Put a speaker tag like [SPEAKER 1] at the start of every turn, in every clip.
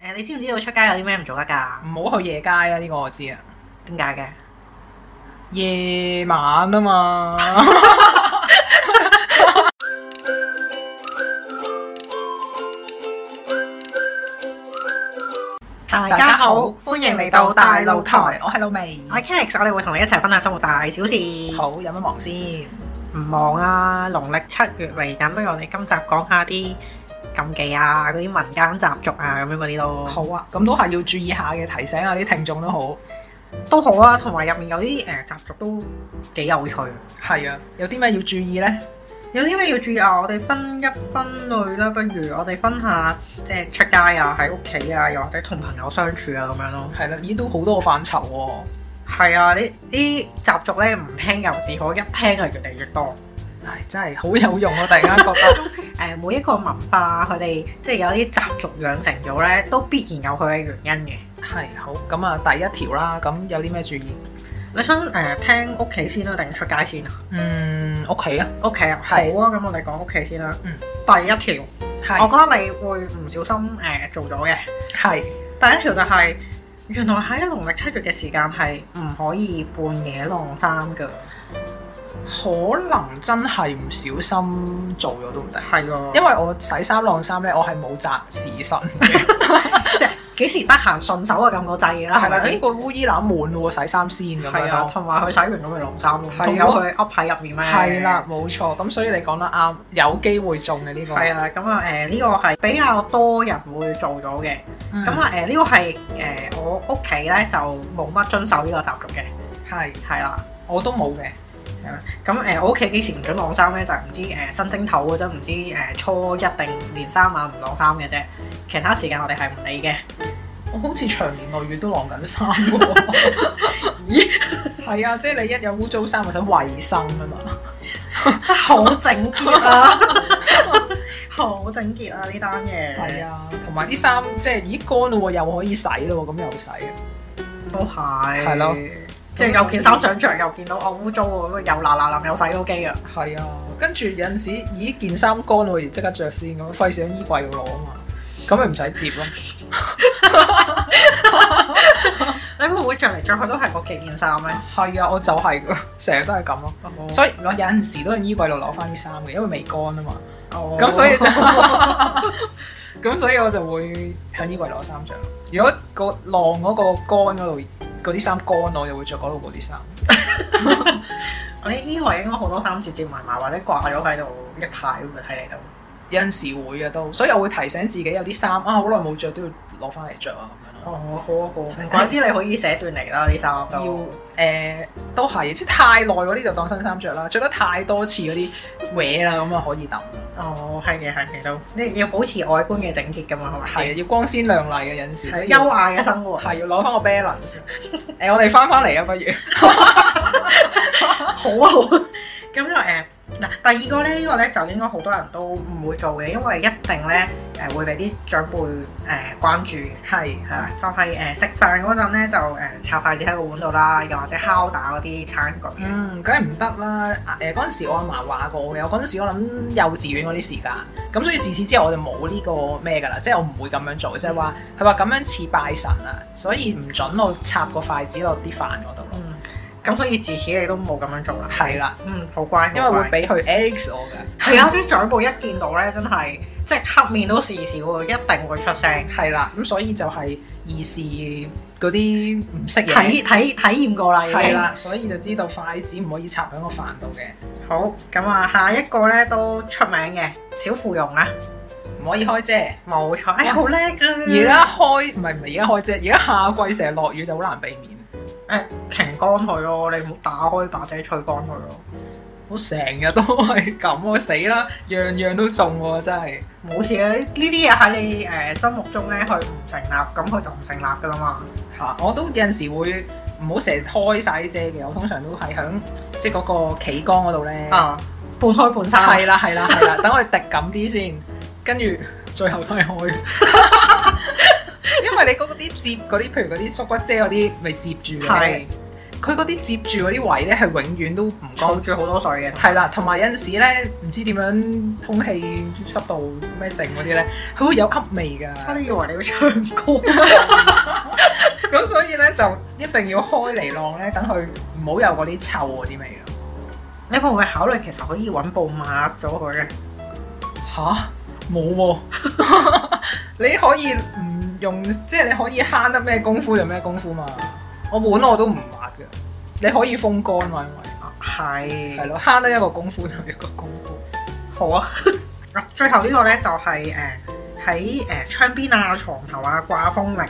[SPEAKER 1] 誒，你知唔知道出街有啲咩唔做得㗎？
[SPEAKER 2] 唔好去夜街啊！呢個我知啊，
[SPEAKER 1] 點解嘅？
[SPEAKER 2] 夜晚啊嘛，
[SPEAKER 1] 大
[SPEAKER 2] 大家好，歡迎嚟到大露台，，我係老味。
[SPEAKER 1] 我係 Kenix，我哋會同你一齊分享生活大小事。
[SPEAKER 2] 好，有乜忙先？
[SPEAKER 1] 唔忙啊，農曆七月嚟緊，不如我哋今集講下啲禁忌啊，嗰啲民間習俗啊，咁樣嗰啲咯。
[SPEAKER 2] 好啊，咁都係要注意下嘅，提醒下啲聽眾都好。
[SPEAKER 1] 都好啊，同埋入面有啲誒、習俗都幾有趣。
[SPEAKER 2] 係啊，有啲咩要注意呢？
[SPEAKER 1] 有啲咩要注意啊？我哋分一分類啦，不如我哋分下即係出街啊，喺屋企啊，又或者同朋友相處啊咁樣咯。
[SPEAKER 2] 係啦，咦，都好多個範疇喎。
[SPEAKER 1] 係啊，呢啲習俗咧唔聽又自可，一聽就越嚟越多。
[SPEAKER 2] 唉，真係好有用啊！突然間覺得
[SPEAKER 1] 誒、每一個文化佢哋即係有啲習俗養成咗咧，都必然有佢嘅原因嘅。
[SPEAKER 2] 係好咁啊，第一條啦，咁有啲咩注意？
[SPEAKER 1] 你想誒、聽屋企先啦，定出街先啊？
[SPEAKER 2] 嗯，屋企啊，
[SPEAKER 1] 屋企啊，好啊，
[SPEAKER 2] 係
[SPEAKER 1] 咁我哋講屋企先啦。
[SPEAKER 2] 嗯，
[SPEAKER 1] 第一條，我
[SPEAKER 2] 係
[SPEAKER 1] 覺得你會唔小心誒、做咗嘅。
[SPEAKER 2] 係
[SPEAKER 1] 第一條就係、原來喺農曆七月嘅時間係唔可以半夜晾衫㗎，
[SPEAKER 2] 可能真係唔小心做咗都唔定。
[SPEAKER 1] 係啊，
[SPEAKER 2] 因為我洗衫晾衫咧，我係冇擇時辰嘅，
[SPEAKER 1] 即係幾時得閒順手啊撳個掣㗎啦，係
[SPEAKER 2] 係
[SPEAKER 1] 咪
[SPEAKER 2] 咪
[SPEAKER 1] 先
[SPEAKER 2] 先？？個烏衣籃滿喎，洗衫先咁
[SPEAKER 1] 係
[SPEAKER 2] 樣
[SPEAKER 1] 啊，
[SPEAKER 2] 咯。
[SPEAKER 1] 同埋佢洗完咁咪晾衫咯，
[SPEAKER 2] 係咯
[SPEAKER 1] 仲有佢噏喺入面咩？
[SPEAKER 2] 係啦，，冇錯。咁所以你講得啱，有機會中嘅呢個。
[SPEAKER 1] 係啊，咁啊誒呢個係比較多人會做咗嘅，
[SPEAKER 2] 嗯，
[SPEAKER 1] 咁
[SPEAKER 2] 咁啊
[SPEAKER 1] 啊誒呢個係誒我屋企咧就冇乜遵守呢個習俗嘅，
[SPEAKER 2] 係，
[SPEAKER 1] 係啦。
[SPEAKER 2] 我都冇嘅。
[SPEAKER 1] 係啦咁誒、我屋企幾時唔准晾衫咧？就係唔知誒、新正頭嗰陣，唔知誒、初一定年三晚唔晾衫嘅啫。其他時間我哋係唔理嘅。
[SPEAKER 2] 我好似長年累月都晾緊衫 喎。咦？係啊，即係你一有污糟衫，我想衞生啊嘛。
[SPEAKER 1] 真係好整潔 啊！好整潔啊！呢單嘢
[SPEAKER 2] 係啊，同埋啲衫即係咦乾咯喎，又可以洗咯喎，咁又洗。
[SPEAKER 1] 都係
[SPEAKER 2] 係咯，
[SPEAKER 1] 即係又件衫想着，又見到我污糟喎，咁啊又嗱嗱臨又洗到機啊！
[SPEAKER 2] 係啊，跟住有陣時咦件衫乾喎，而即刻着先咁，費事喺衣櫃度攞啊嘛。咁咪唔使接咯。
[SPEAKER 1] 你會唔會着嚟着去都係嗰幾件衫咧？
[SPEAKER 2] 係啊，我就係㗎 成日都係咁咯。
[SPEAKER 1] 所以
[SPEAKER 2] 所以我有陣時都喺衣櫃度攞翻啲衫嘅，因為未乾啊嘛。
[SPEAKER 1] 咁
[SPEAKER 2] 咁所以
[SPEAKER 1] 哦
[SPEAKER 2] 就 咁所以我就會喺衣櫃攞衫着。如果個晾嗰個乾嗰度嗰啲衫乾，我就會着嗰度嗰啲衫。
[SPEAKER 1] 我啲衣櫃應該好多衫接接埋埋，或者掛咗喺度一排咁啊睇嚟到。
[SPEAKER 2] 有陣時會嘅都，所以我會提醒自己有啲衫啊，好耐冇着都要攞翻嚟着啊咁樣咯。
[SPEAKER 1] 哦，好啊好啊，唔怪之你可以寫段嚟啦，呢三
[SPEAKER 2] 要
[SPEAKER 1] 都。
[SPEAKER 2] 誒、都係，即係太耐嗰啲就當新衫着啦，着得太多次嗰啲搲啦，咁啊可以抌。
[SPEAKER 1] 哦，係嘅係嘅都，你要保持外觀嘅整潔噶嘛，係咪
[SPEAKER 2] 係啊，
[SPEAKER 1] 先？
[SPEAKER 2] 要光鮮亮麗嘅有陣時都
[SPEAKER 1] 係
[SPEAKER 2] 要。
[SPEAKER 1] 優雅嘅生活，
[SPEAKER 2] 係要攞翻個 balance。誒、我哋翻翻嚟啊，不如。
[SPEAKER 1] 好啊好啊。咁就誒嗱，第二個咧，呢個咧就應該好多人都唔會做嘅，因為一定咧誒會俾啲長輩誒關注嘅。
[SPEAKER 2] 係
[SPEAKER 1] 係啦，就係誒食飯嗰陣咧，就誒插筷子喺個碗度啦，又或者敲打嗰啲餐具。啊
[SPEAKER 2] 嗯，梗係唔得啦！誒嗰陣時我阿嫲話過嘅，我嗰陣時我諗幼稚園嗰啲時間，咁所以自此之後我就冇呢個咩㗎啦，即係我唔會咁樣做，即係話佢話咁樣似拜神啊，所以唔准我插個筷子落啲飯嗰度咯。
[SPEAKER 1] 嗯，咁所以自此你都冇咁樣做啦。
[SPEAKER 2] 係啦，
[SPEAKER 1] 嗯，好乖，
[SPEAKER 2] 因為會
[SPEAKER 1] 會
[SPEAKER 2] 俾佢 ex 我㗎。
[SPEAKER 1] 係啊！啲長輩一見到咧，真係即係黑面都事少喎，一定會出聲。
[SPEAKER 2] 係啦，咁所以就係兒時嗰啲唔識嘢。
[SPEAKER 1] 體體體驗過啦，已經
[SPEAKER 2] 係。啦，所以就知道筷子唔可以插喺個飯度嘅，
[SPEAKER 1] 好，咁啊，下一個咧都出名嘅小芙蓉啊，
[SPEAKER 2] 唔可以開遮。
[SPEAKER 1] 冇錯，哎呀，好叻啊！
[SPEAKER 2] 而家開唔係唔係而家開遮，而家夏季成日落雨就好難避免。
[SPEAKER 1] 誒，哎擎乾佢咯，你唔好打開把遮吹乾佢咯，
[SPEAKER 2] 我成日都係咁，我死啦，樣樣都中喎，真係。
[SPEAKER 1] 冇事啊！呢啲嘢喺你誒心目中咧，佢唔成立，咁佢就唔成立噶啦嘛。
[SPEAKER 2] 嚇、我都有陣時會唔好成日開晒啲遮嘅，我通常都係響即係嗰個企缸嗰度咧。
[SPEAKER 1] 啊，半開半閂。
[SPEAKER 2] 係啦係啦係啦， 等我哋滴咁啲先，跟住最後都 係開。因為你嗰啲接嗰啲，譬如嗰啲縮骨遮嗰啲，咪接住嘅。
[SPEAKER 1] 係
[SPEAKER 2] 佢佢嗰啲接住嗰啲位咧係永遠都唔乾
[SPEAKER 1] 儲住好多水嘅。
[SPEAKER 2] 係啦，同埋有陣時咧，唔知點樣空氣濕度咩性嗰啲咧，佢會有噏味
[SPEAKER 1] 我哋
[SPEAKER 2] 㗎。
[SPEAKER 1] 以為你要唱歌，
[SPEAKER 2] 咁所以咧就一定要開嚟晾咧，等佢唔好有嗰啲臭嗰啲味咯。
[SPEAKER 1] 你會唔會考慮其實可以揾布抹咗佢咧？
[SPEAKER 2] 吓？冇喎、 你可以唔用，即係你可以慳得咩功夫就咩功夫嘛。我碗我都唔抹㗎，你可以風乾嘛，因
[SPEAKER 1] 啊
[SPEAKER 2] 為係
[SPEAKER 1] 係，
[SPEAKER 2] 咯，慳得一個功夫就一個功夫。
[SPEAKER 1] 好啊。 嗱，最後呢個咧就係誒喺誒窗邊啊、床頭啊掛風鈴啊。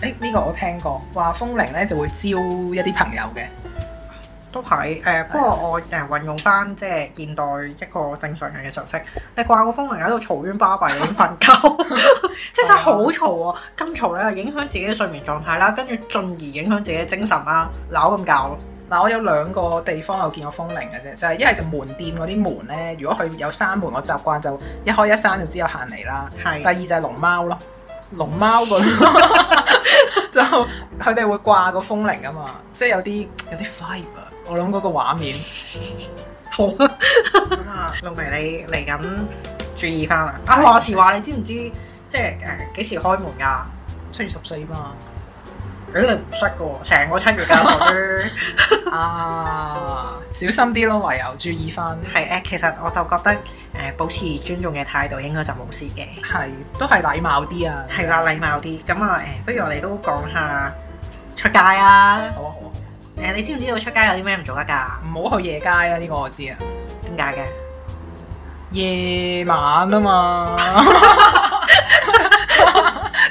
[SPEAKER 2] 誒、呢、個我聽過，話風鈴咧就會招一啲朋友嘅。
[SPEAKER 1] 都係誒、不過我誒運用翻即係現代一個正常人嘅常識，你掛個風鈴喺度嘈冤巴閉，你已經瞓覺， 即係真係好嘈喎，咁嘈咧影響自己嘅睡眠狀態啦，跟住進而影響自己嘅精神啦，鬧咁教咯，
[SPEAKER 2] 嗱，我有兩個地方有見過風鈴嘅啫，就係一係就門店嗰啲門咧，如果佢有閂門，我習慣就一開一閂就知有限嚟啦。第二
[SPEAKER 1] 係
[SPEAKER 2] 就係龍貓咯，龍貓嗰 就佢哋會掛個風鈴啊嘛，即係有啲有啲 fibre。我諗嗰個畫面
[SPEAKER 1] 好咁啊，露媚你嚟緊注意翻啦。啊話時話你知唔知即係誒幾時開門㗎？
[SPEAKER 2] 七月十四嘛，
[SPEAKER 1] 誒你唔識嘅喎，成個七月㗎，傻豬。
[SPEAKER 2] 啊，小心啲咯，唯有注意翻。
[SPEAKER 1] 係誒，其實我就覺得誒、保持尊重嘅態度應該就冇事嘅。
[SPEAKER 2] 係都係禮貌啲啊。
[SPEAKER 1] 係啦，禮貌啲。咁啊，誒，不如我哋都講下出街啊。
[SPEAKER 2] 好啊好啊，
[SPEAKER 1] 誒，你知唔知道出街有啲咩唔做得㗎？
[SPEAKER 2] 唔好去夜街啊！呢、個我知啊，
[SPEAKER 1] 點解嘅？
[SPEAKER 2] 夜晚啊嘛，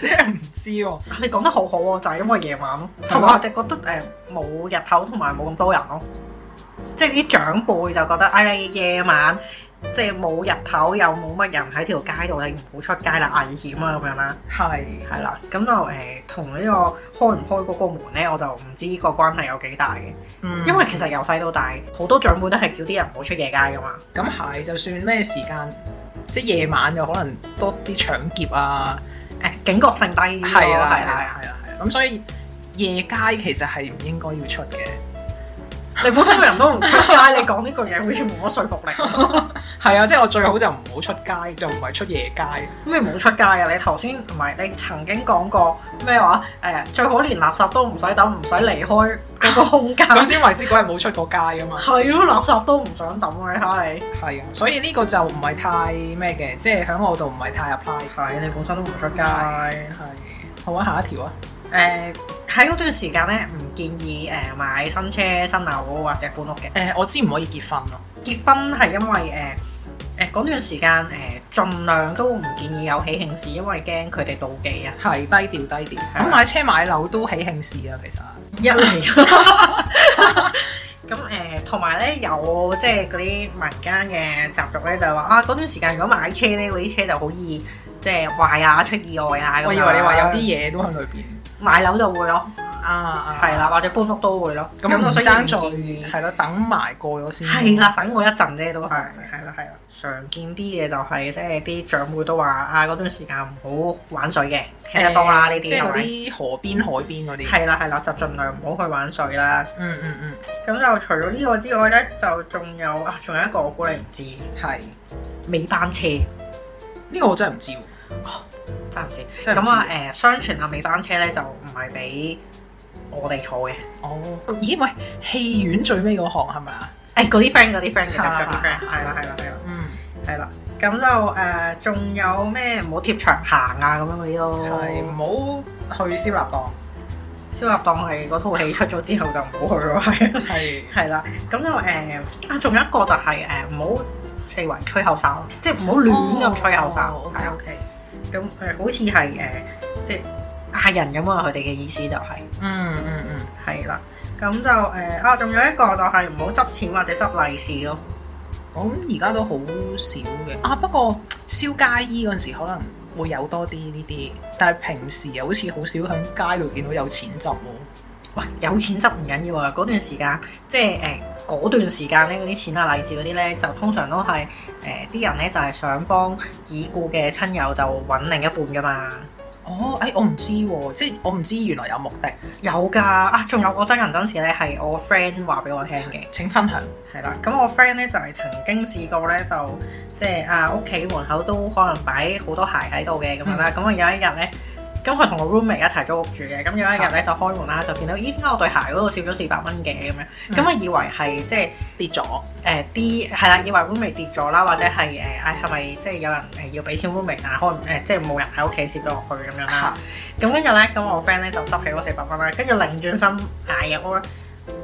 [SPEAKER 2] 即係唔知喎。
[SPEAKER 1] 啊你講得好好喎，就係因為夜晚咯，同埋我哋覺得誒冇日頭同埋冇咁多人咯，即係啲長輩就覺得，哎，你夜晚即係冇日頭又冇乜人喺條街度，你唔好出街啦，危險啊咁樣啦。
[SPEAKER 2] 係
[SPEAKER 1] 係啦，咁就誒同呢個開唔開嗰個門咧，我就唔知個關係有幾大嘅，
[SPEAKER 2] 嗯
[SPEAKER 1] 因為其實由細到大好多長輩都係叫啲人唔好出夜街㗎嘛。
[SPEAKER 2] 咁係，就算咩時間，即係夜晚又可能多啲搶劫啊，
[SPEAKER 1] 誒警覺性低啲咯，係
[SPEAKER 2] 係啦，
[SPEAKER 1] 啊啦，
[SPEAKER 2] 係啊啦，係啦。咁所以夜街其實係唔應該要出嘅。
[SPEAKER 1] 你本身個人都唔出 街，你講呢句嘢好似冇乜說服力。
[SPEAKER 2] 係啊，即係我最好就唔好出街，就唔係出夜街。
[SPEAKER 1] 咩冇出街啊？你頭先唔係你曾經講過咩話？誒、最好連垃圾都唔使抌，唔使離開嗰個空間。
[SPEAKER 2] 咁先為之嗰日冇出過街啊嘛。
[SPEAKER 1] 係咯，垃圾都唔想抌啊！你睇下你。
[SPEAKER 2] 係啊，所以呢個就唔係太咩嘅，即係喺我度唔係太 apply。
[SPEAKER 1] 係，你本身都唔出街。
[SPEAKER 2] 係好啊，下一條啊。
[SPEAKER 1] 誒喺嗰段時間咧，唔建議誒、買新車、新樓或者搬屋嘅。
[SPEAKER 2] 誒、我知唔可以結婚咯。
[SPEAKER 1] 結婚係因為誒誒嗰段時間誒、盡量都唔建議有喜慶事，因為驚佢哋妒忌啊。
[SPEAKER 2] 係低調低調。
[SPEAKER 1] 係啊
[SPEAKER 2] 咁買車買樓都喜慶事啊，其實。
[SPEAKER 1] 一嚟咁誒，同埋咧有即係嗰啲民間嘅習俗咧，就係話啊嗰段時間如果買車咧，嗰啲車就好易即係壞啊、出意外啊咁樣
[SPEAKER 2] 我以為你話有啲嘢都喺裏邊。
[SPEAKER 1] 買樓就會咯，
[SPEAKER 2] 啊
[SPEAKER 1] 係啦，，或者搬屋都會咯。
[SPEAKER 2] 咁唔
[SPEAKER 1] 我所以
[SPEAKER 2] 爭在
[SPEAKER 1] 唔建議
[SPEAKER 2] 係啦，等埋過咗先。
[SPEAKER 1] 係啦，，等我一陣啫，都係係啦係啦。常見啲嘢就係即係啲長輩都話啊，嗰段時間唔好玩水嘅，聽得多啦呢
[SPEAKER 2] 即
[SPEAKER 1] 啲
[SPEAKER 2] 係
[SPEAKER 1] 係
[SPEAKER 2] 嗰
[SPEAKER 1] 咪？
[SPEAKER 2] 啲河邊海邊嗰啲。
[SPEAKER 1] 係啦係啦，就盡量唔好去玩水啦。
[SPEAKER 2] 嗯嗯嗯，
[SPEAKER 1] 咁就除咗呢個之外咧，就仲有啊，仲有一個我估你唔知，
[SPEAKER 2] 係。
[SPEAKER 1] 尾班車
[SPEAKER 2] 呢個我真係唔知喎。
[SPEAKER 1] 真係唔知。
[SPEAKER 2] 真係唔
[SPEAKER 1] 咁
[SPEAKER 2] 知
[SPEAKER 1] 啊誒，相傳啊尾班車咧就唔係俾我哋坐嘅，
[SPEAKER 2] 哦。咦喂，戲院最尾嗰行係咪啊？
[SPEAKER 1] 誒嗰啲 friend 嗰啲 friend 嘅
[SPEAKER 2] 啊
[SPEAKER 1] 嗰啲 friend，係啦係啦係啦
[SPEAKER 2] 嗯。
[SPEAKER 1] 係啦。咁就誒仲有咩唔好貼牆行啊咁樣嗰啲
[SPEAKER 2] 係
[SPEAKER 1] 咯。
[SPEAKER 2] 唔好去燒臘檔。
[SPEAKER 1] 燒臘檔係嗰套戲出咗之後就唔好去咯， 係
[SPEAKER 2] 係。
[SPEAKER 1] 係啦。咁就誒啊，仲有一個就係誒唔好四圍吹口哨，即係唔好亂咁吹口哨。
[SPEAKER 2] O
[SPEAKER 1] 係
[SPEAKER 2] K
[SPEAKER 1] 啊
[SPEAKER 2] O K。
[SPEAKER 1] 咁誒、好似係誒，即係亞人咁啊！佢哋嘅意思就係
[SPEAKER 2] 嗯嗯嗯。
[SPEAKER 1] 係啦。咁就誒、啊，仲有一個就係唔好執錢或者執利是咯。
[SPEAKER 2] 我諗而家都好少嘅啊，不過燒街衣嗰陣時可能會有多啲呢啲，但係平時又好似好少喺街度見到有錢執喎。
[SPEAKER 1] 喂，有錢執唔緊要啊！嗰段時間即係誒嗰段時間咧，嗰啲錢啊、利是嗰啲咧，就通常都係呃誒啲人咧就係、想幫已故嘅親友就揾另一半噶嘛。
[SPEAKER 2] 哦，誒我唔知喎，即係我唔知原來有目的。
[SPEAKER 1] 有㗎啊，仲有個真人真事咧，係我 friend 話俾我聽嘅。
[SPEAKER 2] 請分享。
[SPEAKER 1] 係啦，咁我 friend 咧就係、曾經試過咧，就即係啊屋企門口都可能擺好多鞋喺度嘅咁樣啦。咁啊我有一日咧，咁佢同我 roommate 一齊租屋住嘅，咁有一日咧就開門啦，就見到咦點解我對鞋嗰度少咗四百蚊嘅咁樣，咁我啊以為係即係。
[SPEAKER 2] 跌咗，
[SPEAKER 1] 誒啲係啦，以為 roommate 跌咗啦，或者係誒唉係咪即係有人誒要俾錢 roommate，但係可能誒即係冇人喺屋企攝咗落去咁樣啦。咁跟住咧，咁我 friend 咧就執起嗰四百蚊啦，跟住擰轉身嗌入屋啦，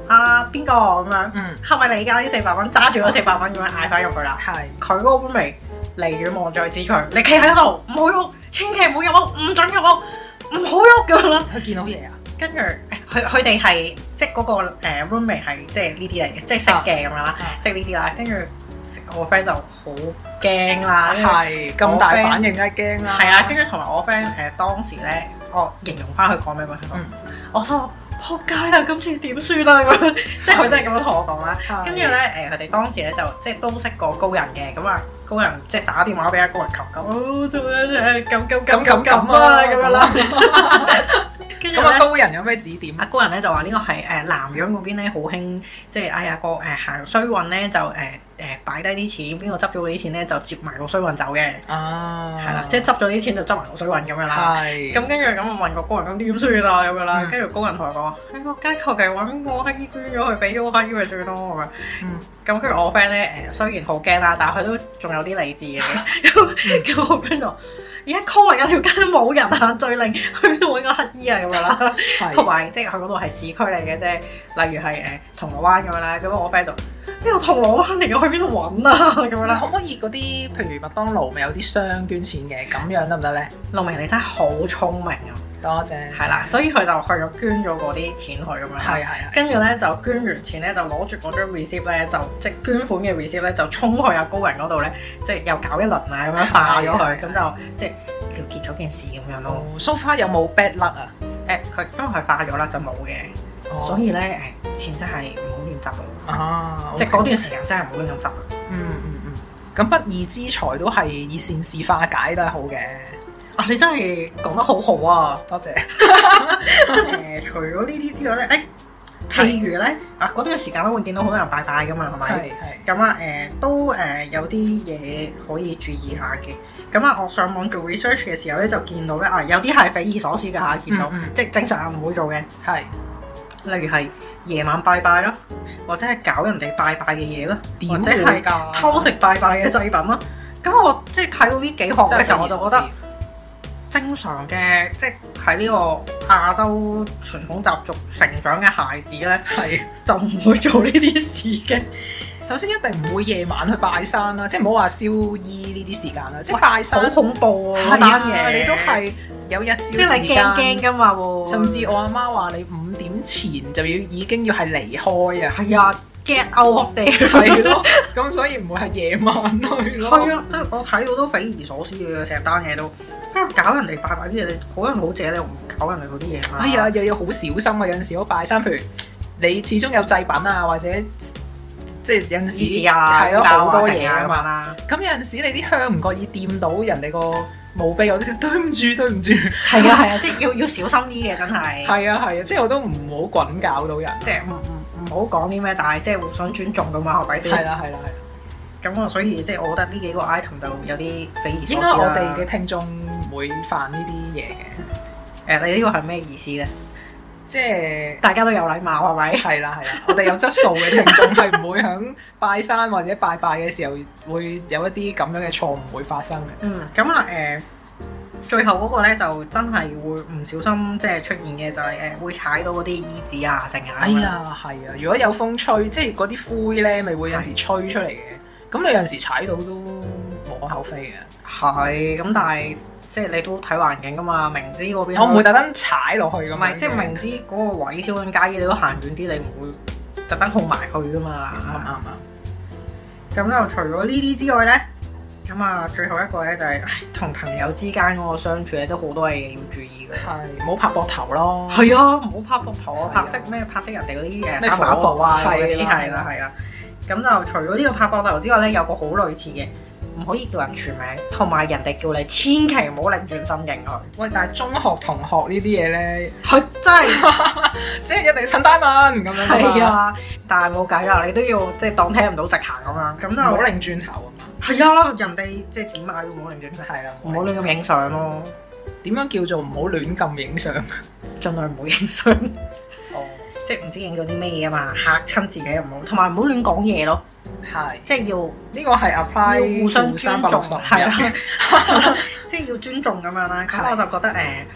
[SPEAKER 1] 啊邊個咁樣？
[SPEAKER 2] 嗯，
[SPEAKER 1] 係咪你而家呢四百蚊揸住嗰四百蚊咁樣嗌翻入去啦？
[SPEAKER 2] 係，
[SPEAKER 1] 佢嗰個 roommate 離遠望住佢指住佢，你企喺度唔好喐，千祈唔好入屋，唔準入屋，唔好喐咁樣啦。
[SPEAKER 2] 佢見到嘢啊，
[SPEAKER 1] 跟住誒佢佢哋係即係嗰個誒 roommate 係即係呢啲嚟嘅，即係識嘅咁樣啦
[SPEAKER 2] 啊，
[SPEAKER 1] 識呢啲啦。跟住我 friend 就好驚啦，跟住
[SPEAKER 2] 啊係哎咁大反應梗係驚啦，
[SPEAKER 1] 係啊，跟住同埋我 friend 誒當時咧，我形容翻佢講咩俾佢
[SPEAKER 2] 嗯
[SPEAKER 1] 聽，我心諗仆街啦，今次點算啊咁樣，即係佢真係咁樣同我講啦。
[SPEAKER 2] 係
[SPEAKER 1] 跟住咧誒，佢哋當時咧就即係都識個高人嘅，咁啊高人即係打電話俾阿高人求救，哦做咩誒咁咁咁咁咁啊咁樣啦。跟住
[SPEAKER 2] 咁啊，
[SPEAKER 1] 咧。
[SPEAKER 2] 高人有咩指點？
[SPEAKER 1] 阿高人咧就話呢個係誒南洋嗰邊咧好興，即係哎呀個誒行衰運咧就誒誒擺低啲錢，邊個執咗嗰啲錢咧就接埋個衰運走嘅，
[SPEAKER 2] 啊，
[SPEAKER 1] 係啦，即係執咗啲錢就執埋個衰運咁樣啦。
[SPEAKER 2] 係，
[SPEAKER 1] 咁跟住咁我問個高人咁點算啊咁樣啦
[SPEAKER 2] 嗯，
[SPEAKER 1] 跟住高人同我講：喺個街求其揾個乞衣捐咗佢，俾咗個乞衣咪最多咁樣。
[SPEAKER 2] 嗯
[SPEAKER 1] 咁跟住我 friend 咧誒，雖然好驚啦，但係佢都仲有啲理智嘅。咁咁我 friend 就話而家 call 嚟緊條街都冇人啊，最令去揾個乞衣啊咁樣啦。
[SPEAKER 2] 係
[SPEAKER 1] 同埋即係佢嗰度係市區嚟嘅啫，例如係誒銅鑼灣咁樣啦，咁我 friend 就呢度銅鑼灣嚟嘅，去邊度揾啊 咁樣
[SPEAKER 2] 你
[SPEAKER 1] 啦。
[SPEAKER 2] 可唔可以嗰啲，譬如麥當勞咪有啲箱捐錢嘅，咁樣得唔得咧？
[SPEAKER 1] 露明你真係好聰明啊，
[SPEAKER 2] 多謝，
[SPEAKER 1] 係啦，所以佢就去咗捐咗嗰啲錢去咁樣啦
[SPEAKER 2] 係，係。係，
[SPEAKER 1] 跟住咧就捐完錢咧，就攞住嗰張 receipt 咧，就即係捐款嘅 receipt 咧，就衝去阿高人嗰度咧，即係又搞一輪啊，咁樣化咗佢，咁就即係了結咗件事咁樣咯。
[SPEAKER 2] 哦，so far 有冇 bad luck 啊？
[SPEAKER 1] 誒，佢因為佢化咗啦，就冇嘅，所以咧誒錢真係唔好亂執哦啊，
[SPEAKER 2] 啊，
[SPEAKER 1] 即係
[SPEAKER 2] OK
[SPEAKER 1] 嗰段時間真係唔好亂咁執啊。
[SPEAKER 2] 嗯嗯嗯，咁不義之財都係以善事化解都係好嘅，
[SPEAKER 1] 啊！你真係講得好好 啊！
[SPEAKER 2] 多謝。
[SPEAKER 1] 誒、除咗呢啲之外咧，誒、譬如咧啊，嗰段時間都會見到好多人拜拜噶嘛，係咪？
[SPEAKER 2] 係係，
[SPEAKER 1] 咁啊，誒、都誒、有啲嘢可以注意下嘅。咁啊，我上網做 research 嘅時候咧，就見到咧啊，有啲係匪夷所思嘅嚇，見到、
[SPEAKER 2] 嗯嗯
[SPEAKER 1] 即係正常人唔會做嘅，
[SPEAKER 2] 係
[SPEAKER 1] 例如係夜晚拜拜啦，或者係搞人哋拜拜嘅嘢啦，或者
[SPEAKER 2] 點
[SPEAKER 1] 係
[SPEAKER 2] 會㗎？
[SPEAKER 1] 偷食拜拜嘅製品啦。咁我即係睇到呢幾項嘅時候，我就覺得。正常嘅，即係喺呢個亞洲傳統習俗成長嘅孩子咧，
[SPEAKER 2] 係。
[SPEAKER 1] 就唔會做呢啲事嘅。
[SPEAKER 2] 首先一定唔會夜晚去拜山啦，即係唔好話燒衣呢啲時間啦，即係拜山
[SPEAKER 1] 好恐怖喎、
[SPEAKER 2] 係
[SPEAKER 1] 嗰
[SPEAKER 2] 啊
[SPEAKER 1] 單嘢，
[SPEAKER 2] 你都係有日照
[SPEAKER 1] 即係
[SPEAKER 2] 時
[SPEAKER 1] 你驚驚
[SPEAKER 2] 間，
[SPEAKER 1] 噶嘛喎。
[SPEAKER 2] 甚至我阿媽話你五點前就要已經要係離開 啊，
[SPEAKER 1] 係啊，get out of there。
[SPEAKER 2] 係啊咯，咁所以唔會係夜晚去咯，
[SPEAKER 1] 係啊，即係我睇到都匪夷所思嘅成單嘢都，因為搞人哋拜拜啲嘢，你好人好姐你又唔搞人哋嗰啲嘢啦。啊
[SPEAKER 2] 哎呀，又要好小心啊！有陣時我拜山，譬如你始終有製品啊，或者即係有陣時
[SPEAKER 1] 獅子啊，
[SPEAKER 2] 係咯
[SPEAKER 1] 搞
[SPEAKER 2] 好多嘢
[SPEAKER 1] 啊
[SPEAKER 2] 啊
[SPEAKER 1] 咁
[SPEAKER 2] 嘛。
[SPEAKER 1] 樣啦，
[SPEAKER 2] 咁有陣時你啲香唔覺意掂到人哋個墓碑，我都想對唔住對唔住。
[SPEAKER 1] 係啊係 啊，即係要要小心啲嘅真係。
[SPEAKER 2] 係啊係啊，即係我都唔好滾搞到人。
[SPEAKER 1] 即係唔唔唔好講啲咩，但係即係互相尊重噶嘛，係咪
[SPEAKER 2] 係
[SPEAKER 1] 先？
[SPEAKER 2] 啦係啦係啦，
[SPEAKER 1] 咁啊我所以即係我覺得呢幾個 item 就有啲匪夷所
[SPEAKER 2] 應
[SPEAKER 1] 思
[SPEAKER 2] 該
[SPEAKER 1] 啦
[SPEAKER 2] 我啊哋嘅聽眾唔會犯呢啲嘢嘅，
[SPEAKER 1] 誒，你呢個係咩意思咧？
[SPEAKER 2] 即係。
[SPEAKER 1] 大家都有禮貌係咪？
[SPEAKER 2] 係啦係啦，我哋有質素嘅聽眾係唔會響拜山或者拜拜嘅時候會有一啲咁樣嘅錯誤會發生嘅。
[SPEAKER 1] 嗯，咁啊誒，最後嗰個咧就真係會唔小心即係出現嘅就係、誒、會踩到嗰啲衣紙啊成啊。
[SPEAKER 2] 哎，呀，係啊！如果有風吹，即係嗰啲灰咧，咪會有陣時吹出嚟嘅。咁你有陣時踩到都無可厚非嘅。
[SPEAKER 1] 係咁，但係即係你都睇環境噶嘛，明知嗰邊
[SPEAKER 2] 我唔會特登踩落去咁
[SPEAKER 1] 唔
[SPEAKER 2] 樣嘅。
[SPEAKER 1] 係即係明知嗰個位燒緊街嘅，你都行遠啲，你唔會特登控埋去噶嘛。
[SPEAKER 2] 啱啱啊！
[SPEAKER 1] 咁就除咗呢啲之外呢，咁啊最後一個呢，就係唉同朋友之間嗰個相處咧，都好多嘢要注意嘅。
[SPEAKER 2] 係冇拍膊頭咯。
[SPEAKER 1] 係啊，唔好拍膊頭啊，
[SPEAKER 2] 係啊
[SPEAKER 1] 拍識咩拍識人哋嗰啲誒
[SPEAKER 2] 咩
[SPEAKER 1] 三把
[SPEAKER 2] 火
[SPEAKER 1] 火啊
[SPEAKER 2] 係
[SPEAKER 1] 嗰啲
[SPEAKER 2] 啦
[SPEAKER 1] 啊係啦係啦。咁就除咗呢個拍膊頭之外呢，有個好類似嘅，唔可以叫人全名，同埋人哋叫你千祈唔好擰轉身認佢，
[SPEAKER 2] 喂，但係中學同學呢啲嘢咧，
[SPEAKER 1] 佢真係。
[SPEAKER 2] 啊即係一定要襯單文咁樣㗎 嘛
[SPEAKER 1] 係，啊，但係冇計啦，你都要即係當聽唔到直行咁樣，咁
[SPEAKER 2] 唔好
[SPEAKER 1] 就
[SPEAKER 2] 擰轉頭啊嘛，
[SPEAKER 1] 係啊，人哋即係點啊，要唔好擰轉頭，
[SPEAKER 2] 係啦，
[SPEAKER 1] 唔好亂咁影相咯，
[SPEAKER 2] 點樣叫做唔好亂咁影相？
[SPEAKER 1] 盡量唔好影相，
[SPEAKER 2] 哦，
[SPEAKER 1] 即係唔知影咗啲咩嘢啊嘛，嚇親自己又唔好，同埋唔好亂講嘢咯，
[SPEAKER 2] 係
[SPEAKER 1] 即係要
[SPEAKER 2] 呢個係 apply
[SPEAKER 1] 要互相尊重，
[SPEAKER 2] 360
[SPEAKER 1] 係
[SPEAKER 2] 日嘅
[SPEAKER 1] 啦， 即係要尊重咁樣啦。咁
[SPEAKER 2] 啊係
[SPEAKER 1] 我就覺得誒、呃，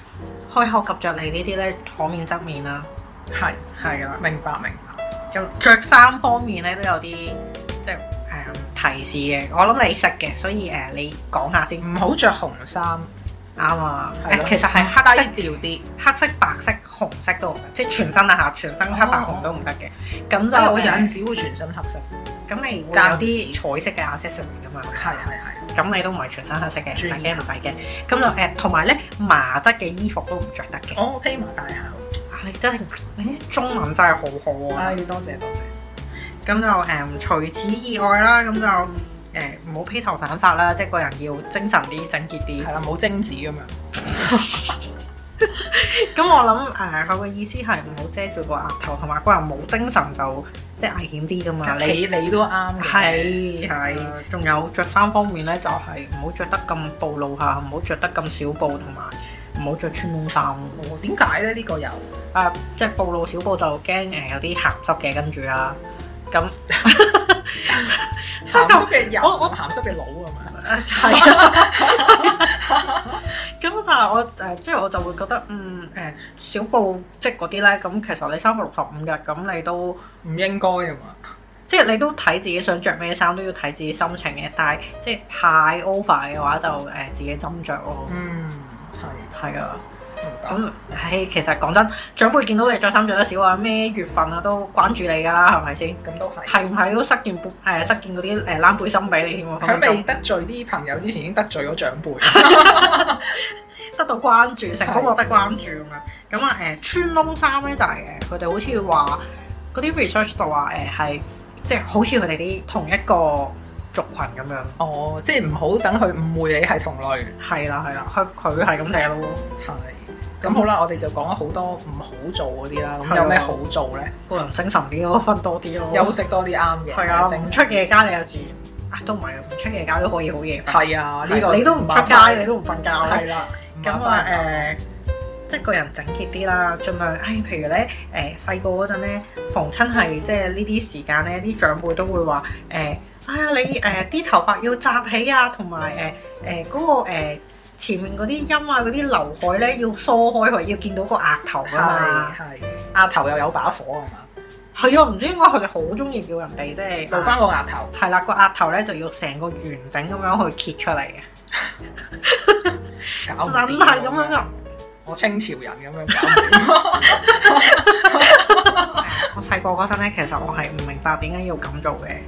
[SPEAKER 1] 開口及着你呢啲咧，可面側面啦，
[SPEAKER 2] 係
[SPEAKER 1] 係啦。
[SPEAKER 2] 明白明白。
[SPEAKER 1] 咁着衫方面咧都有啲即係誒、呃提示嘅，我諗你識嘅，所以誒、呃你講下先。
[SPEAKER 2] 唔好着紅衫，
[SPEAKER 1] 啱啊！
[SPEAKER 2] 係咯嗯
[SPEAKER 1] 誒，其實係黑色、
[SPEAKER 2] 低調啲。
[SPEAKER 1] 黑色、白色、紅色都唔得，即係全身啦嚇，全身黑白紅都唔得嘅。咁就
[SPEAKER 2] 嗯即係哎我有
[SPEAKER 1] 誒
[SPEAKER 2] 陣時會全身黑色，
[SPEAKER 1] 咁你會
[SPEAKER 2] 間唔
[SPEAKER 1] 有
[SPEAKER 2] 時
[SPEAKER 1] 啲彩色嘅 accessory 噶嘛？
[SPEAKER 2] 係啊係係，
[SPEAKER 1] 咁你都唔係全身黑色嘅，唔使
[SPEAKER 2] 專
[SPEAKER 1] 驚唔使驚。咁就誒，同埋咧麻質嘅衣服都唔着得嘅。
[SPEAKER 2] 我披麻戴孝。
[SPEAKER 1] 啊，你真係你啲中文真係好好喎。
[SPEAKER 2] 唉，哎多謝多謝。
[SPEAKER 1] 咁就誒，除此以外啦，咁就誒唔好披頭散髮啦，即係個人要精神啲、整潔啲。
[SPEAKER 2] 係啦，冇精子咁樣。
[SPEAKER 1] 咁我諗誒，佢嘅意思係唔好遮住個額頭，同埋個人冇精神就即係危險啲噶嘛。你
[SPEAKER 2] 你你都啱嘅。哎
[SPEAKER 1] 係係，
[SPEAKER 2] 嗯
[SPEAKER 1] 仲有着衫方面咧，就係唔好着得咁暴露下，唔好着得咁少布，同埋唔好着穿窿衫。
[SPEAKER 2] 哦點解咧？呢個又
[SPEAKER 1] 啊，即係暴露少布就驚誒有啲鹹濕嘅跟住啦。 咁即係
[SPEAKER 2] 鹹濕嘅油，
[SPEAKER 1] 我我
[SPEAKER 2] 鹹濕嘅佬啊咁樣。
[SPEAKER 1] 係啊， 咁但係我誒、即係我就會覺得，嗯誒、小布即係嗰啲咧，咁其實你三百六十五日，咁你都
[SPEAKER 2] 唔應該啊嘛。
[SPEAKER 1] 即係你都睇自己想着咩衫，都要睇自己心情嘅。但係即係太 over 嘅話，就誒、自己斟酌咯。
[SPEAKER 2] 嗯，
[SPEAKER 1] 係啊，
[SPEAKER 2] 係。明白
[SPEAKER 1] 咁唉，其實講真，長輩見到你着衫着得少啊，咩月份啊都關注你㗎啦，係咪先？
[SPEAKER 2] 咁都係。
[SPEAKER 1] 係唔係都塞件誒、呃塞件嗰啲誒冷背心俾你添喎？分分
[SPEAKER 2] 喺未
[SPEAKER 1] 鐘
[SPEAKER 2] 得罪啲朋友之前，已經得罪咗長輩。
[SPEAKER 1] 得到關注，成功獲得關注咁樣。咁啊誒穿窿衫咧就係誒佢哋好似話嗰啲 research 就話誒係即係好似佢哋啲同一個族群咁樣。
[SPEAKER 2] 哦，即係唔好等佢誤會你係同類。
[SPEAKER 1] 係啦係啦，佢佢係咁寫咯。
[SPEAKER 2] 係。咁好啦，我哋就講咗好多唔好做嗰啲啦。
[SPEAKER 1] 係
[SPEAKER 2] 咁
[SPEAKER 1] 啊
[SPEAKER 2] 有咩好做咧？
[SPEAKER 1] 個人精神啲咯，瞓多啲咯。
[SPEAKER 2] 休息多啲啱嘅。
[SPEAKER 1] 係啊，
[SPEAKER 2] 正
[SPEAKER 1] 唔出夜街你有時啊都唔係唔出夜街都可以好夜瞓。
[SPEAKER 2] 係啊，呢個
[SPEAKER 1] 你都唔出
[SPEAKER 2] 麻
[SPEAKER 1] 街，
[SPEAKER 2] 煩
[SPEAKER 1] 你都唔瞓覺。
[SPEAKER 2] 係啦。
[SPEAKER 1] 咁啊誒，即係個人整潔啲啦，盡量誒、唉譬如咧誒細個嗰陣咧，逢親係即係呢啲時間咧，啲長輩都會話誒、哎呀你誒啲、頭髮要紮起啊，同埋誒誒嗰個、呃前面嗰啲陰啊，嗰啲劉海咧要梳開佢，要見到個額頭
[SPEAKER 2] 麻
[SPEAKER 1] 㗎嘛
[SPEAKER 2] 煩。啊係係額頭又有把火啊嘛，
[SPEAKER 1] 係啊，唔知點解佢哋好中意叫人哋即係
[SPEAKER 2] 露翻個額頭。
[SPEAKER 1] 係啦，個額頭咧就要成個完整咁樣去揭出嚟嘅，
[SPEAKER 2] 搞唔掂
[SPEAKER 1] 真係咁樣啊噶。
[SPEAKER 2] 我清朝人咁樣搞唔掂，
[SPEAKER 1] 我細個嗰陣咧，其實我係唔明白點解要咁做嘅。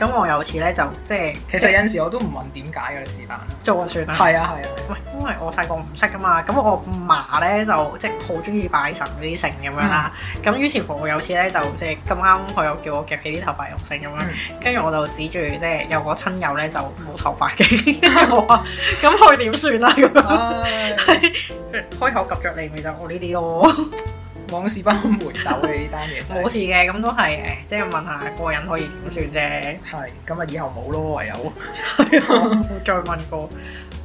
[SPEAKER 1] 咁我有次咧就即係
[SPEAKER 2] 其實有陣時我都唔問點解嘅，是但啦。
[SPEAKER 1] 做就算啦。
[SPEAKER 2] 係啊係啊，
[SPEAKER 1] 喂，因為我細個唔識噶嘛，咁我嫲咧就即係好中意拜神嗰啲聖咁樣啦。
[SPEAKER 2] 嗯
[SPEAKER 1] 咁、於是乎我有次咧就即係咁啱佢又叫我夾起啲頭髮用聖咁
[SPEAKER 2] 嗯
[SPEAKER 1] 樣，跟住、我就指住即係有個親友咧就冇頭髮嘅，跟 住我話咁佢點算啊啦咁樣。
[SPEAKER 2] 唉
[SPEAKER 1] 開口及着你咪就我呢啲 咯，
[SPEAKER 2] 往事不堪回首嘅呢單嘢真
[SPEAKER 1] 冇
[SPEAKER 2] 係。
[SPEAKER 1] 事嘅，咁都係誒，即係問下個人可以點算啫。
[SPEAKER 2] 係，咁啊以後冇咯，唯有
[SPEAKER 1] 我冇再問過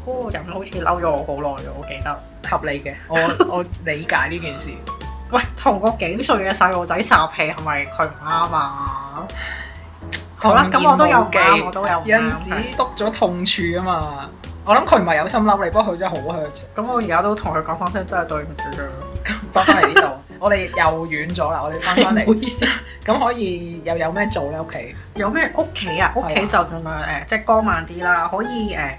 [SPEAKER 1] 嗰、個人，好似嬲咗我好耐嘅，我記得。
[SPEAKER 2] 合理嘅，我我理解呢件事。
[SPEAKER 1] 喂，同個幾歲嘅細路仔撒氣係咪佢唔啱啊？好啦，咁我都有
[SPEAKER 2] 嘅，
[SPEAKER 1] 嘅，我都有
[SPEAKER 2] 有
[SPEAKER 1] 啱
[SPEAKER 2] 陣時篤咗痛處啊嘛。我諗佢唔係有心嬲你，不過佢真係好 hurt。
[SPEAKER 1] 咁我而家都同佢講翻聲，真係對唔住啊！
[SPEAKER 2] 翻返嚟呢度，我哋又遠咗啦，我哋翻返
[SPEAKER 1] 唔好
[SPEAKER 2] 嚟，
[SPEAKER 1] 意思。
[SPEAKER 2] 咁可以又有咩做咧？屋企
[SPEAKER 1] 有咩屋企啊？屋企就盡量誒，即係光猛啲啦，可以誒、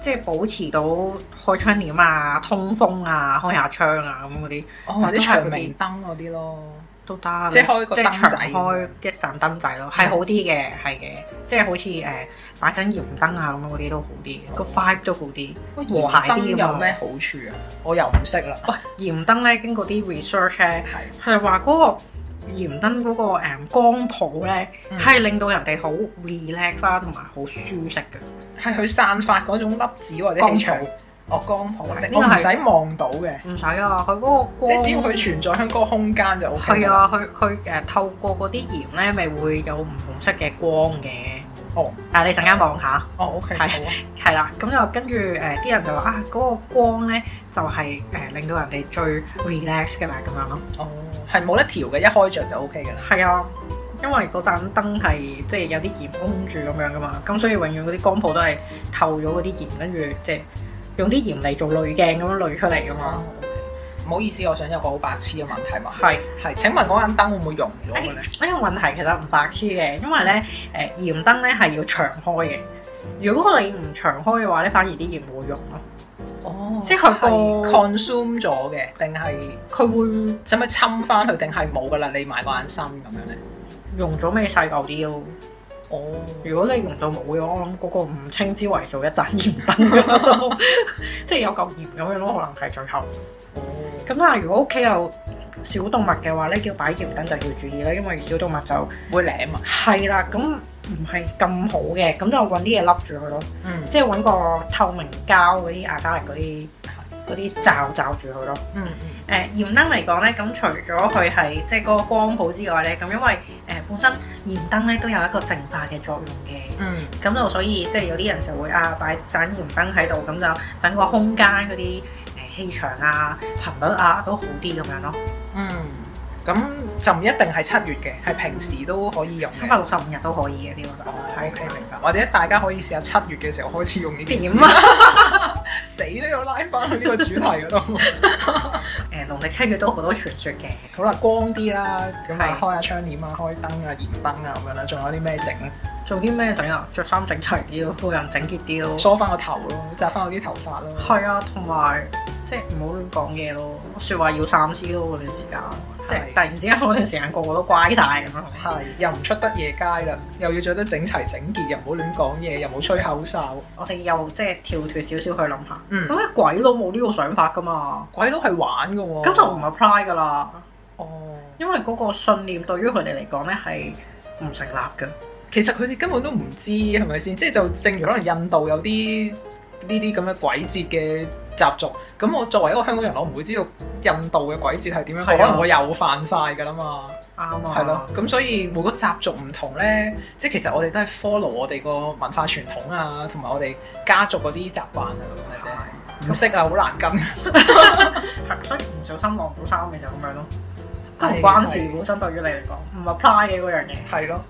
[SPEAKER 1] 即係保持到開窗簾啊、通風啊、開下窗啊咁嗰啲
[SPEAKER 2] 哦
[SPEAKER 1] 或者長明
[SPEAKER 2] 明燈嗰啲咯，
[SPEAKER 1] 都得。啊
[SPEAKER 2] 即係開個
[SPEAKER 1] 即係
[SPEAKER 2] 燈
[SPEAKER 1] 長
[SPEAKER 2] 仔
[SPEAKER 1] 開一盞燈仔咯，係好啲嘅，係嘅。即係好似誒、擺盞鹽燈啊咁樣嗰啲都好啲，個 vibe 都好啲。
[SPEAKER 2] 和
[SPEAKER 1] 和諧啲啊嘛
[SPEAKER 2] 有咩好處啊？我又唔識啦，
[SPEAKER 1] 鹽燈咧，經過啲 research 咧。
[SPEAKER 2] 係
[SPEAKER 1] 係話嗰個鹽燈嗰個誒光譜咧，
[SPEAKER 2] 嗯
[SPEAKER 1] 係令到人哋好 relax 啦，同埋好舒適嘅。
[SPEAKER 2] 係佢散發嗰種粒子或者
[SPEAKER 1] 光
[SPEAKER 2] 氣場
[SPEAKER 1] 譜。
[SPEAKER 2] 哦，光譜，我
[SPEAKER 1] 係呢個
[SPEAKER 2] 唔
[SPEAKER 1] 係
[SPEAKER 2] 使望到嘅，
[SPEAKER 1] 唔使啊，佢嗰個光
[SPEAKER 2] 即係只要佢存在喺嗰個空間就 O K。
[SPEAKER 1] 係，啊，佢佢誒透過嗰啲鹽咧，咪會有唔同色嘅光嘅。
[SPEAKER 2] 哦，
[SPEAKER 1] 但係你陣間望下，
[SPEAKER 2] 哦 O K，
[SPEAKER 1] 係
[SPEAKER 2] 好啊，
[SPEAKER 1] 係啦，咁就跟住誒啲人就話啊，嗰、個光咧就係、誒令到人哋最 relax 嘅啦，咁樣咯。
[SPEAKER 2] 哦，係冇得調嘅，一開着就 O K 噶啦。
[SPEAKER 1] 係啊，因為嗰盞燈係即係有啲鹽封住咁樣噶嘛，咁所以永遠嗰啲光譜都係透咗嗰啲鹽，跟住即係用啲鹽嚟做濾鏡咁樣濾出嚟噶嘛。
[SPEAKER 2] 哦，OK 唔好意思，我想有個好白痴嘅問題問。
[SPEAKER 1] 係，
[SPEAKER 2] 係，請問嗰盞燈會唔會溶咗嘅咧？
[SPEAKER 1] 呢哎個問題其實唔白痴嘅，因為咧誒、鹽燈咧係要長開嘅。如果你唔長開嘅話咧，反而啲鹽會溶咯，
[SPEAKER 2] 哦
[SPEAKER 1] 即係佢個
[SPEAKER 2] consume 咗嘅，定係
[SPEAKER 1] 佢會
[SPEAKER 2] 使唔使侵翻佢？定係冇噶啦？你買嗰眼新咁樣咧？
[SPEAKER 1] 溶咗咩細嚿啲咯。
[SPEAKER 2] 哦，
[SPEAKER 1] 如果你用到冇嘅話，我諗嗰個唔稱之為做一盞鹽燈， 即係有嚿鹽咁樣咯，可能係最後。
[SPEAKER 2] 哦，
[SPEAKER 1] 咁但係如果屋企有小動物嘅話咧，叫擺鹽燈就要注意啦，因為小動物就
[SPEAKER 2] 會舐啊？
[SPEAKER 1] 係啦，咁唔係咁好嘅，咁就揾啲嘢笠住佢咯，
[SPEAKER 2] 嗯
[SPEAKER 1] 即係揾個透明膠嗰啲亞加力嗰啲嗰啲罩罩住佢咯。
[SPEAKER 2] 嗯嗯。
[SPEAKER 1] 誒、鹽燈嚟講咧，咁除咗佢係即係嗰個光譜之外咧，咁因為誒、本身鹽燈咧都有一個淨化嘅作用嘅。
[SPEAKER 2] 嗯，
[SPEAKER 1] 咁就所以即係有啲人就會啊擺盞鹽燈喺度，咁就等個空間嗰啲誒氣場啊、頻率啊都好啲咁樣咯。
[SPEAKER 2] 嗯，咁就唔一定係七月嘅，係平時都可以用嘅。
[SPEAKER 1] 三百六十五日都可以嘅呢個就
[SPEAKER 2] 哦
[SPEAKER 1] 係
[SPEAKER 2] OK，明白。或者大家可以試下七月嘅時候開始用呢件事。
[SPEAKER 1] 點啊？
[SPEAKER 2] 死都要拉翻去呢個主題嗰度。
[SPEAKER 1] 誒農曆七月都好多傳說嘅。
[SPEAKER 2] 好啦，光啲啦，咁啊
[SPEAKER 1] 係
[SPEAKER 2] 開下窗簾啊，開燈啊，鹽燈啊咁樣啦，仲有啲咩整啊咧？
[SPEAKER 1] 做啲咩整啊？着衫整齊啲咯，個人整潔啲咯。
[SPEAKER 2] 梳翻個頭咯，紮翻我啲頭髮咯。
[SPEAKER 1] 係啊，同埋即係唔好亂講嘢咯，説話要三思咯嗰段時間。即係
[SPEAKER 2] 係
[SPEAKER 1] 突然之間嗰段時間個個都乖晒咁樣。
[SPEAKER 2] 係，又唔出得夜街啦，又要做得整齊整潔，又唔好亂講嘢，又冇吹口哨。
[SPEAKER 1] 我哋又即係跳脱少少去諗下，
[SPEAKER 2] 嗯
[SPEAKER 1] 咁咧鬼佬冇呢個想法噶嘛，
[SPEAKER 2] 鬼佬係玩嘅喎。
[SPEAKER 1] 咁就唔 apply 噶啦。
[SPEAKER 2] 哦。
[SPEAKER 1] 因為嗰個信念對於佢哋嚟講咧係唔成立嘅，
[SPEAKER 2] 其實佢哋根本都唔知係咪先，即係就正如可能印度有啲呢啲咁嘅鬼節嘅習俗，咁我作為一個香港人，我唔會知道印度嘅鬼節係點樣，
[SPEAKER 1] 係啊
[SPEAKER 2] 可能我又犯晒㗎啦嘛，
[SPEAKER 1] 啱啊，
[SPEAKER 2] 係咯，咁所以每個習俗唔同呢，即係其實我哋都係 follow 我哋個文化傳統啊，同埋我哋家族嗰啲習慣啊咁嘅啫，唔識啊好難跟，
[SPEAKER 1] 係，所以唔小心望到衫嘅就咁樣咯，都唔
[SPEAKER 2] 係
[SPEAKER 1] 關事
[SPEAKER 2] 係
[SPEAKER 1] 本身對於你嚟講唔 apply 嘅嗰樣嘢，
[SPEAKER 2] 係咯。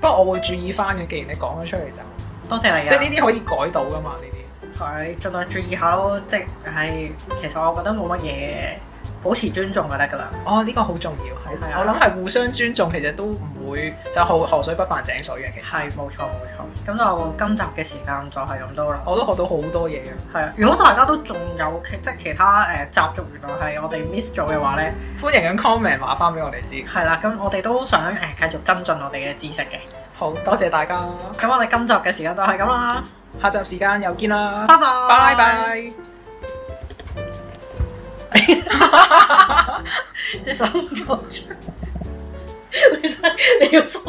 [SPEAKER 2] 不過我會注意翻嘅，既然你講咗出嚟就，
[SPEAKER 1] 多謝你啊，
[SPEAKER 2] 即係呢啲可以改到㗎嘛，呢啲。
[SPEAKER 1] 係盡量注意下咯，即係其實我覺得冇乜嘢，保持尊重就得㗎啦，
[SPEAKER 2] 哦，呢、個好重要，係
[SPEAKER 1] 係啊
[SPEAKER 2] 我諗係互相尊重，其實都唔會就河河水不犯井水嘅。其實
[SPEAKER 1] 係冇錯冇錯，咁就今集嘅時間就係咁多啦。
[SPEAKER 2] 我都學到好多嘢嘅。
[SPEAKER 1] 係啊，如果大家都仲有其即係其他誒、呃、習俗，原來係我哋 miss 咗嘅話咧，
[SPEAKER 2] 歡迎咁 comment 話翻俾我哋知。
[SPEAKER 1] 係啦，咁我哋都想誒、呃、繼續增進我哋嘅知識嘅。
[SPEAKER 2] 好多謝大家，
[SPEAKER 1] 咁我哋今集嘅時間就係咁啦，
[SPEAKER 2] 下集時間又見啦，
[SPEAKER 1] 拜拜，
[SPEAKER 2] 拜拜。
[SPEAKER 1] 隻手唔放出，你真係你要衰。